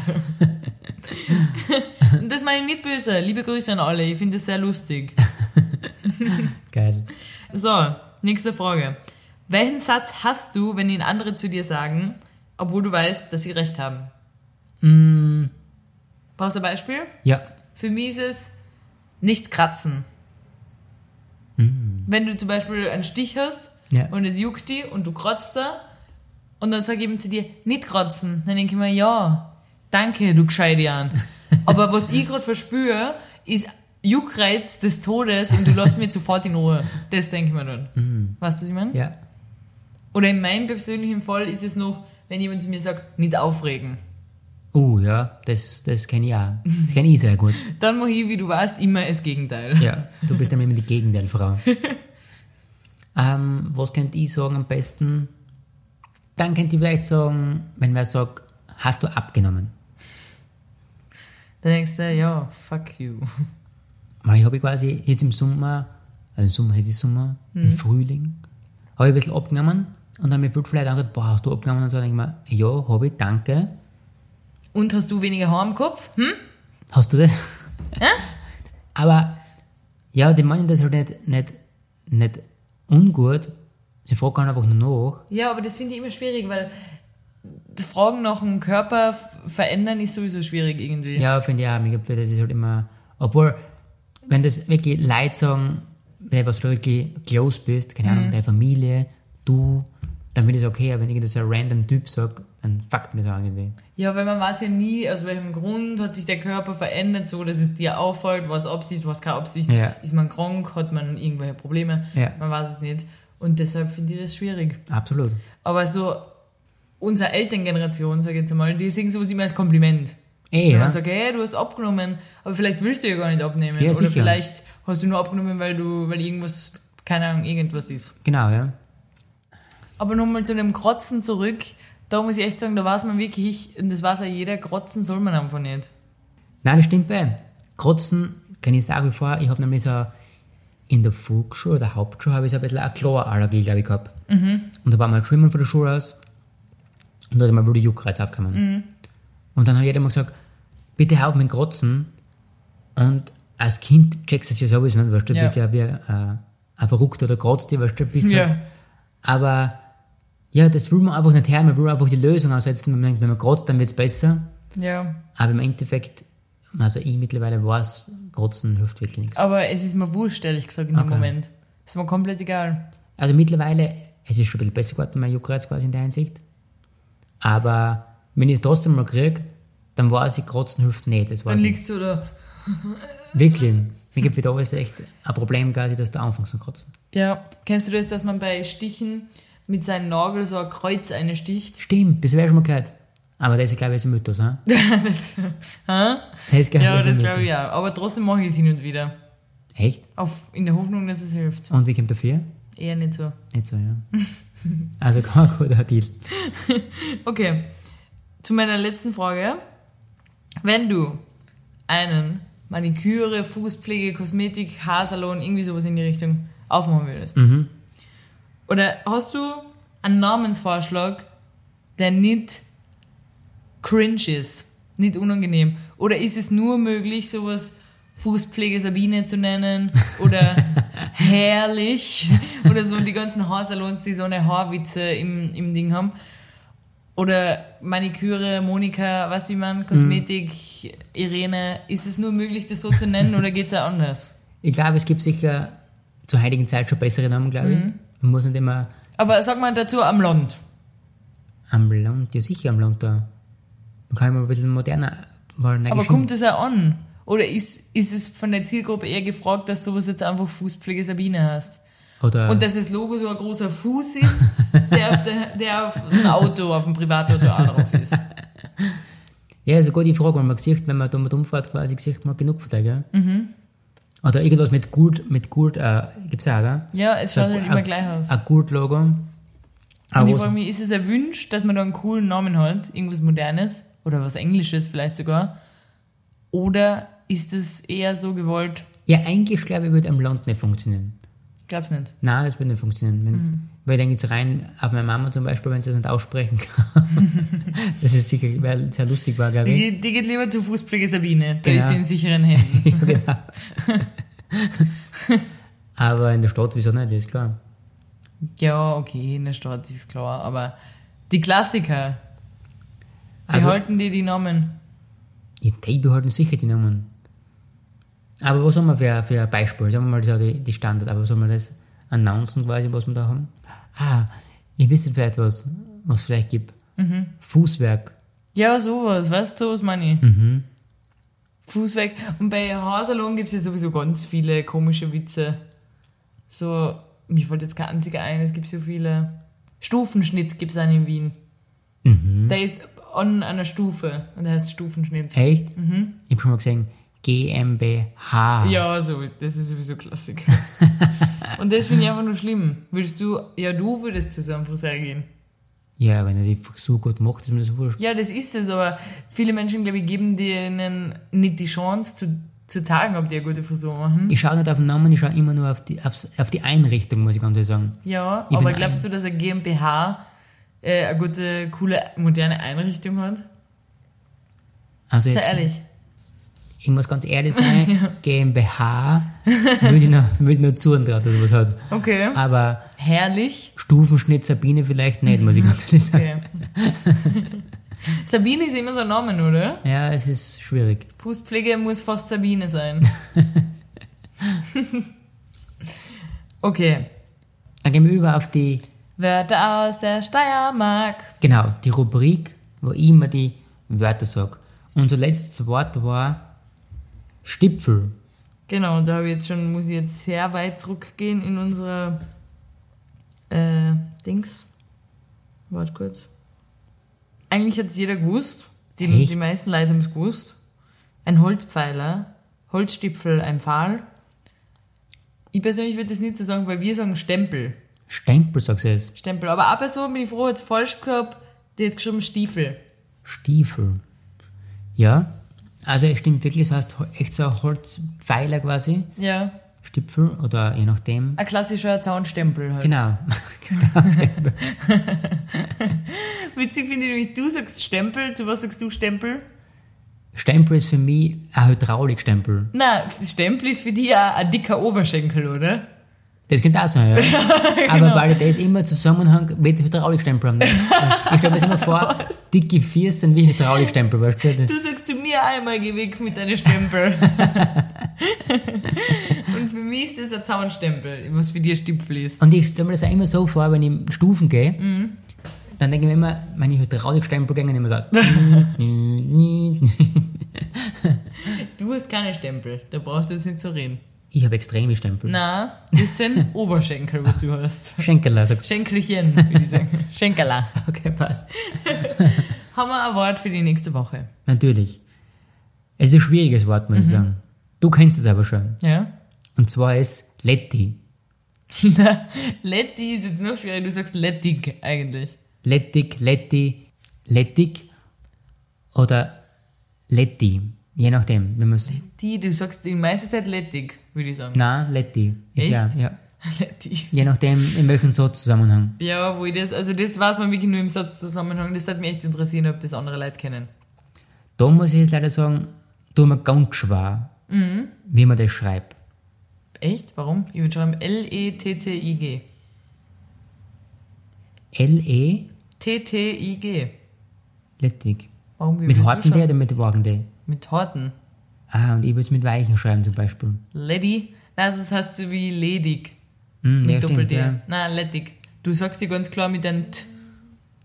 Speaker 5: Und das meine ich nicht böse. Liebe Grüße an alle. Ich finde das sehr lustig.
Speaker 3: Geil.
Speaker 5: So, nächste Frage. Welchen Satz hast du, wenn ihn andere zu dir sagen, obwohl du weißt, dass sie recht haben?
Speaker 3: Mm,
Speaker 5: Brauchst du ein Beispiel?
Speaker 3: ja,
Speaker 5: Für mich ist es nicht kratzen. Wenn du zum Beispiel einen Stich hast
Speaker 3: Hm. Ja.
Speaker 5: und es juckt dich und du kratzt da und dann sagen eben sie dir, nicht kratzen. Dann denke ich mir, ja, danke, du gescheite an. Aber was ich gerade verspüre, ist Juckreiz des Todes und du lässt mich sofort in Ruhe. Das denke ich mir dann. Weißt du, was ich meine?
Speaker 3: Hm. ja.
Speaker 5: Oder in meinem persönlichen Fall ist es noch, wenn jemand zu mir sagt, nicht aufregen.
Speaker 3: Oh ja, das, das kenne ich auch. Das kenne ich sehr gut.
Speaker 5: Dann mache ich, wie du weißt, immer das Gegenteil.
Speaker 3: Ja. Du bist nämlich immer die Gegenteilfrau. ähm, was könnte ich sagen am besten? Dann könnte ich vielleicht sagen, wenn wer sagt, hast du abgenommen?
Speaker 5: Dann denkst du, ja, fuck you.
Speaker 3: Weil ich habe quasi jetzt im Sommer, also im Sommer, jetzt ist Sommer, im Frühling, habe ich ein bisschen abgenommen und dann mir wird vielleicht angedacht, boah, hast du abgenommen? Und so denke ich mir, ja, habe ich, danke.
Speaker 5: Und hast du weniger Haar am Kopf? Hm?
Speaker 3: Hast du das? Aber Ja, die meinen das halt nicht, nicht, nicht ungut. Sie fragen einfach nur nach.
Speaker 5: Ja, aber das finde ich immer schwierig, weil Fragen nach dem Körper f- verändern ist sowieso schwierig irgendwie.
Speaker 3: Ja, finde ich auch. Ich glaube, das ist halt immer. Obwohl, wenn das wirklich Leute sagen, wenn du was wirklich close bist, keine Ahnung, deine Familie, du, dann finde ich es okay, aber wenn irgendein so ein random Typ sagt, dann fuckt mir das auch irgendwie.
Speaker 5: Ja, weil man weiß ja nie, aus welchem Grund hat sich der Körper verändert, so dass es dir auffällt, was Absicht, was keine Absicht.
Speaker 3: Ja.
Speaker 5: Ist man krank, hat man irgendwelche Probleme,
Speaker 3: Ja.
Speaker 5: man weiß es nicht. Und deshalb finde ich das schwierig.
Speaker 3: Absolut.
Speaker 5: Aber so unsere Elterngeneration, sage ich jetzt mal, die sehen sowas immer als Kompliment.
Speaker 3: Eh,
Speaker 5: Wenn
Speaker 3: ja.
Speaker 5: man sagt, hey, du hast abgenommen, aber vielleicht willst du ja gar nicht abnehmen.
Speaker 3: Ja,
Speaker 5: Oder
Speaker 3: sicher.
Speaker 5: vielleicht hast du nur abgenommen, weil du, weil irgendwas, keine Ahnung, irgendwas ist.
Speaker 3: Genau, ja.
Speaker 5: Aber nochmal zu dem Krotzen zurück. Da muss ich echt sagen, da weiß man wirklich, und das weiß ja jeder, Krotzen soll man einfach nicht.
Speaker 3: Nein, das stimmt bei. Kotzen kann ich sagen wie vor, ich habe nämlich so in der Volksschule oder Hauptschule habe ich so ein bisschen eine Chlorallergie, glaube ich, gehabt.
Speaker 5: Mhm.
Speaker 3: Und da war mal schwimmen von der Schule aus und da hat mal wieder Juckreiz aufgekommen.
Speaker 5: Mhm.
Speaker 3: Und dann hat jeder mal gesagt, bitte hau auf mit Kotzen. Und als Kind checkst du es ja sowieso nicht, weißt du, du
Speaker 5: Ja.
Speaker 3: bist ja wie äh, ein Verrückter oder kotzt dir, weißt du, bist halt
Speaker 5: Ja.
Speaker 3: aber ja, das will man einfach nicht her, man will einfach die Lösung aussetzen. Man denkt, wenn man kotzt, dann wird es besser.
Speaker 5: Ja.
Speaker 3: Aber im Endeffekt, also ich mittlerweile weiß, Kotzen hilft wirklich nichts.
Speaker 5: Aber es ist mir wurscht, ehrlich gesagt, in dem
Speaker 3: Okay.
Speaker 5: Moment. Ist mir komplett egal.
Speaker 3: Also mittlerweile, es ist schon ein bisschen besser geworden, mein Juckreiz quasi in der Hinsicht. Aber wenn ich es trotzdem mal kriege, dann weiß ich, Kotzen hilft nicht. Das
Speaker 5: Dann
Speaker 3: weiß ich.
Speaker 5: liegst du da.
Speaker 3: Wirklich. Mir gibt wieder alles echt ein Problem quasi, dass du anfängst zu kotzen.
Speaker 5: Ja. Kennst du das, dass man bei Stichen mit seinem Nagel so ein Kreuz einsticht?
Speaker 3: Stimmt, das wäre schon mal gehört. Aber das ist, glaube ich, jetzt ein Mythos, hm?
Speaker 5: das, hä?
Speaker 3: Das ist, glaub ich,
Speaker 5: Ja,
Speaker 3: jetzt ein
Speaker 5: das
Speaker 3: Mythos.
Speaker 5: glaube ich auch. Aber trotzdem mache ich es hin und wieder.
Speaker 3: Echt?
Speaker 5: Auf, in der Hoffnung, dass es hilft.
Speaker 3: Und wie kommt dafür?
Speaker 5: Eher nicht so.
Speaker 3: Nicht so, ja. Also kein guter Deal.
Speaker 5: Okay, zu meiner letzten Frage. Wenn du einen Maniküre, Fußpflege, Kosmetik, Haarsalon, irgendwie sowas in die Richtung aufmachen würdest. Oder hast du einen Namensvorschlag, der nicht cringe ist, nicht unangenehm? Oder ist es nur möglich, sowas Fußpflege Sabine zu nennen oder herrlich oder so die ganzen Haarsalons, die so eine Haarwitze im, im Ding haben? Oder Maniküre, Monika, weißt du, wie man, Kosmetik, Irene, ist es nur möglich, das so zu nennen oder geht es auch anders?
Speaker 3: Ich glaube, es gibt sicher zur heutigen Zeit schon bessere Namen, glaube ich.
Speaker 5: Mhm.
Speaker 3: Man muss nicht immer
Speaker 5: Aber sag mal dazu am Land.
Speaker 3: am Land, ja sicher am Land da. Man kann immer ein bisschen moderner wollen.
Speaker 5: Aber kommt das auch an? Oder ist, ist es von der Zielgruppe eher gefragt, dass sowas jetzt einfach Fußpflege Sabine heißt?
Speaker 3: Oder
Speaker 5: Und dass das Logo so ein großer Fuß ist, der auf, der, der auf dem Auto, auf dem Privatauto auch drauf ist.
Speaker 3: ja, ist eine gute Frage, weil man sieht, wenn man da mit umfährt, quasi sieht man genug von der, gell?
Speaker 5: Mhm.
Speaker 3: Oder irgendwas mit gut, mit gut, äh, gibt's auch, gell?
Speaker 5: Ja, es
Speaker 3: So
Speaker 5: schaut
Speaker 3: ein-
Speaker 5: halt immer gleich aus.
Speaker 3: Ein gut Logo.
Speaker 5: Und
Speaker 3: Aber
Speaker 5: ich
Speaker 3: was-
Speaker 5: frage mich, ist es erwünscht, dass man da einen coolen Namen hat, irgendwas Modernes oder was Englisches vielleicht sogar? Oder ist es eher so gewollt?
Speaker 3: ja, eigentlich glaube ich, würde am Land nicht funktionieren.
Speaker 5: Glaub's nicht.
Speaker 3: Nein, das würde nicht funktionieren. Wenn,
Speaker 5: Mhm.
Speaker 3: Weil dann geht's rein auf meine Mama zum Beispiel, wenn sie das nicht aussprechen kann. das ist sicher, weil sehr lustig war, glaube
Speaker 5: Die,
Speaker 3: ich.
Speaker 5: geht- die geht lieber zu Fußpflege Sabine, da
Speaker 3: Genau.
Speaker 5: ist sie in sicheren Händen.
Speaker 3: Ja, genau. Aber in der Stadt, wieso nicht, das ist klar.
Speaker 5: ja, okay, in der Stadt ist klar, aber die Klassiker,
Speaker 3: Also,
Speaker 5: behalten dir die Namen.
Speaker 3: ja, die behalten sicher die Nummern. Aber was haben wir für, für ein Beispiel? Sagen wir mal, das ist ja die, die Standard, aber was haben wir das announcen quasi, was wir da haben? Ah, ihr wisst vielleicht was, was es vielleicht gibt.
Speaker 5: Mhm.
Speaker 3: Fußwerk.
Speaker 5: Ja, sowas, weißt du, was meine ich? Fuß weg. Und bei Haarsalon gibt es ja sowieso ganz viele komische Witze. So, mir fällt jetzt kein einziger ein, es gibt so viele. Stufenschnitt gibt es einen in Wien.
Speaker 3: Mhm. Hm?
Speaker 5: Der ist an einer Stufe und der heißt Stufenschnitt.
Speaker 3: Echt? Ich habe schon mal gesehen, GmbH.
Speaker 5: Mhm. Ja, so, das ist sowieso Klassiker. und das finde ich einfach nur schlimm. Würdest du, ja, du würdest zu so einem Friseur gehen.
Speaker 3: ja, wenn er die so gut macht, ist mir das wurscht.
Speaker 5: Ja, das ist es, aber viele Menschen, glaube ich, geben denen nicht die Chance zu, zu sagen, ob die eine gute Frisur machen.
Speaker 3: Ich schaue nicht auf den Namen, ich schaue immer nur auf die, aufs, auf die Einrichtung, muss ich ganz ehrlich sagen.
Speaker 5: Ja,
Speaker 3: Ich bin
Speaker 5: aber
Speaker 3: ein-
Speaker 5: glaubst du, dass eine GmbH äh, eine gute, coole, moderne Einrichtung hat?
Speaker 3: Also
Speaker 5: Sei
Speaker 3: jetzt,
Speaker 5: ehrlich.
Speaker 3: Ich ich muss ganz ehrlich sein, GmbH würde ich noch, würde ich noch zutrauen, dass sowas hat.
Speaker 5: Okay.
Speaker 3: Aber
Speaker 5: Herrlich.
Speaker 3: Stufenschnitt Sabine vielleicht nicht, muss ich ganz ehrlich sagen.
Speaker 5: Okay. Sabine ist immer so ein Name, oder?
Speaker 3: Ja, es ist schwierig.
Speaker 5: Fußpflege muss fast Sabine sein. okay.
Speaker 3: Dann gehen wir über auf die,
Speaker 5: Wörter aus der Steiermark.
Speaker 3: genau, die Rubrik, wo ich immer die Wörter sage. Unser letztes Wort war Stipfel.
Speaker 5: Genau, da habe ich jetzt schon, muss ich jetzt sehr weit zurückgehen in unsere äh, Dings. Warte kurz. Eigentlich hat es jeder gewusst. Die,
Speaker 3: Echt?
Speaker 5: die meisten Leute haben es gewusst. Ein Holzpfeiler, Holzstipfel, ein Pfahl. Ich persönlich würde das nicht so sagen, weil wir sagen Stempel.
Speaker 3: Stempel, sagst du jetzt.
Speaker 5: Stempel. Aber eine Person bin ich froh, jetzt falsch gehabt, die hat geschrieben Stiefel.
Speaker 3: Stiefel. Ja, also es stimmt wirklich, das heißt ho- echt so ein Holzpfeiler quasi.
Speaker 5: Ja.
Speaker 3: Stipfel oder je nachdem.
Speaker 5: Ein klassischer Zaunstempel halt.
Speaker 3: Genau.
Speaker 5: Witzig finde ich nämlich, du sagst Stempel, zu was sagst du Stempel?
Speaker 3: Stempel ist für mich ein Hydraulikstempel.
Speaker 5: Na, Stempel ist für dich ja ein dicker Oberschenkel, oder?
Speaker 3: Das könnte auch sein, ja. Aber weil ich das immer im Zusammenhang mit Hydraulikstempel haben. ne? Ich stelle mir das immer vor, dicke Füße sind wie Hydraulikstempel, weißt du? Das,
Speaker 5: Du sagst zu mir einmal, geh weg mit deinen Stempel. Und für mich ist das ein Zaunstempel, was für dich ein Stipfel ist.
Speaker 3: und ich stelle mir das auch immer so vor, wenn ich Stufen gehe, dann denke ich mir immer, meine Hydraulikstempel gehen immer so.
Speaker 5: Du hast keine Stempel, da brauchst du jetzt nicht zu reden.
Speaker 3: ich habe extreme Stempel.
Speaker 5: Na, das sind Oberschenkel, was du hast.
Speaker 3: Schenkeler, sagst
Speaker 5: Schenkelchen, würde ich sagen. Schenkela.
Speaker 3: du. Okay, passt.
Speaker 5: Haben wir ein Wort für die nächste Woche.
Speaker 3: Natürlich. Es ist ein schwieriges Wort, muss ich sagen. Du kennst es aber schon.
Speaker 5: Ja?
Speaker 3: Und zwar ist Letti.
Speaker 5: Letty ist jetzt noch schwieriger, du sagst Lettig eigentlich.
Speaker 3: Lettig, Letti, Lettig oder Letti. Je nachdem. Wenn man's,
Speaker 5: Die, du sagst die meiste Zeit Lettig, würde ich sagen.
Speaker 3: na, Letti. Ist
Speaker 5: Echt?
Speaker 3: ja, ja.
Speaker 5: Letty.
Speaker 3: Je nachdem, in welchem Zusammenhang.
Speaker 5: Ja, wo ich das, also das weiß man wirklich nur im Satzzusammenhang. Das hat mich echt interessiert, ob das andere Leute kennen.
Speaker 3: Da muss ich jetzt leider sagen, tu mir ganz schwer,
Speaker 5: Mhm.
Speaker 3: wie man das schreibt.
Speaker 5: Echt? Warum? Ich würde schreiben E L-E-T-T-I-G.
Speaker 3: L-E,
Speaker 5: T-T-I-G.
Speaker 3: Lettig.
Speaker 5: Warum? Wie
Speaker 3: Mit
Speaker 5: würdest du
Speaker 3: harten D
Speaker 5: schreiben?
Speaker 3: oder mit wagen D?
Speaker 5: Mit Horten.
Speaker 3: Ah, und ich würde es mit weichen schreiben zum Beispiel.
Speaker 5: Lady. Nein, also das heißt so wie ledig.
Speaker 3: Hm,
Speaker 5: Mit
Speaker 3: ja, stimmt,
Speaker 5: Doppel-D.
Speaker 3: ja.
Speaker 5: Nein, ledig. Du sagst dir ganz klar mit einem T.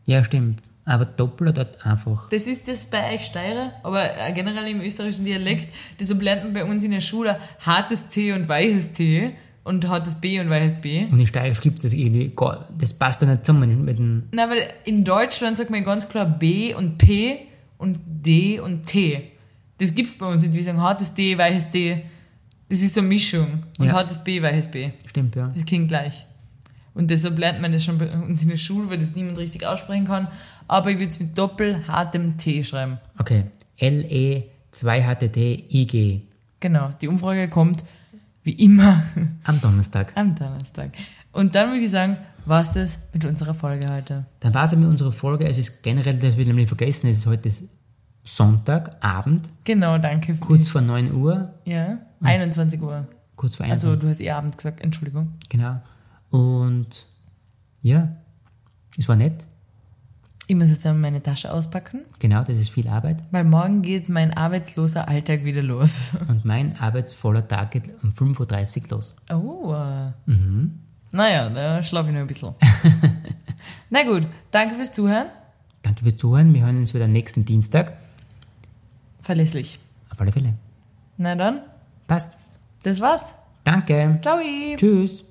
Speaker 3: ja, stimmt. Aber doppelt oder einfach?
Speaker 5: Das ist das bei euch Steirer, aber äh, generell im österreichischen Dialekt. Deshalb lernt man bei uns in der Schule hartes T und weiches T und hartes B und weiches B.
Speaker 3: Und in Steirisch gibt es das irgendwie, gar- das passt da nicht zusammen mit dem,
Speaker 5: Na, weil in Deutschland sagt man ganz klar B und P und D und T. Das gibt's bei uns nicht. Wir sagen hartes D, weiches D. Das ist so eine Mischung. Und
Speaker 3: Ja.
Speaker 5: hartes B, weiches B.
Speaker 3: stimmt, ja.
Speaker 5: Das klingt gleich. Und deshalb lernt man das schon bei uns in der Schule, weil das niemand richtig aussprechen kann. Aber ich würde es mit doppel hartem T schreiben.
Speaker 3: Okay. E L-E-2-H-T-T-I-G.
Speaker 5: Genau. Die Umfrage kommt wie immer
Speaker 3: Am Donnerstag.
Speaker 5: am Donnerstag. Und dann würde ich sagen, war's das mit unserer Folge heute.
Speaker 3: Dann war es mit unserer Folge. Es ist generell, das wir nämlich vergessen, es ist heute Sonntagabend,
Speaker 5: Genau, danke. Für
Speaker 3: kurz vor 9 Uhr.
Speaker 5: Die, ja, 21 Uhr.
Speaker 3: Kurz vor 1
Speaker 5: Also, du hast eh Abend gesagt, Entschuldigung.
Speaker 3: Genau. Und ja, es war nett.
Speaker 5: Ich muss jetzt einmal meine Tasche auspacken,
Speaker 3: Genau, das ist viel Arbeit.
Speaker 5: weil morgen geht mein arbeitsloser Alltag wieder los.
Speaker 3: Und mein arbeitsvoller Tag geht um 5.30 Uhr los.
Speaker 5: Oh. Mhm. Naja, da schlafe ich noch ein bisschen. Na gut, danke fürs Zuhören.
Speaker 3: Danke fürs Zuhören. Wir hören uns wieder nächsten Dienstag.
Speaker 5: Verlässlich.
Speaker 3: Auf alle Fälle.
Speaker 5: Na dann,
Speaker 3: Passt.
Speaker 5: das war's.
Speaker 3: Danke.
Speaker 5: Ciao.
Speaker 3: Tschüss.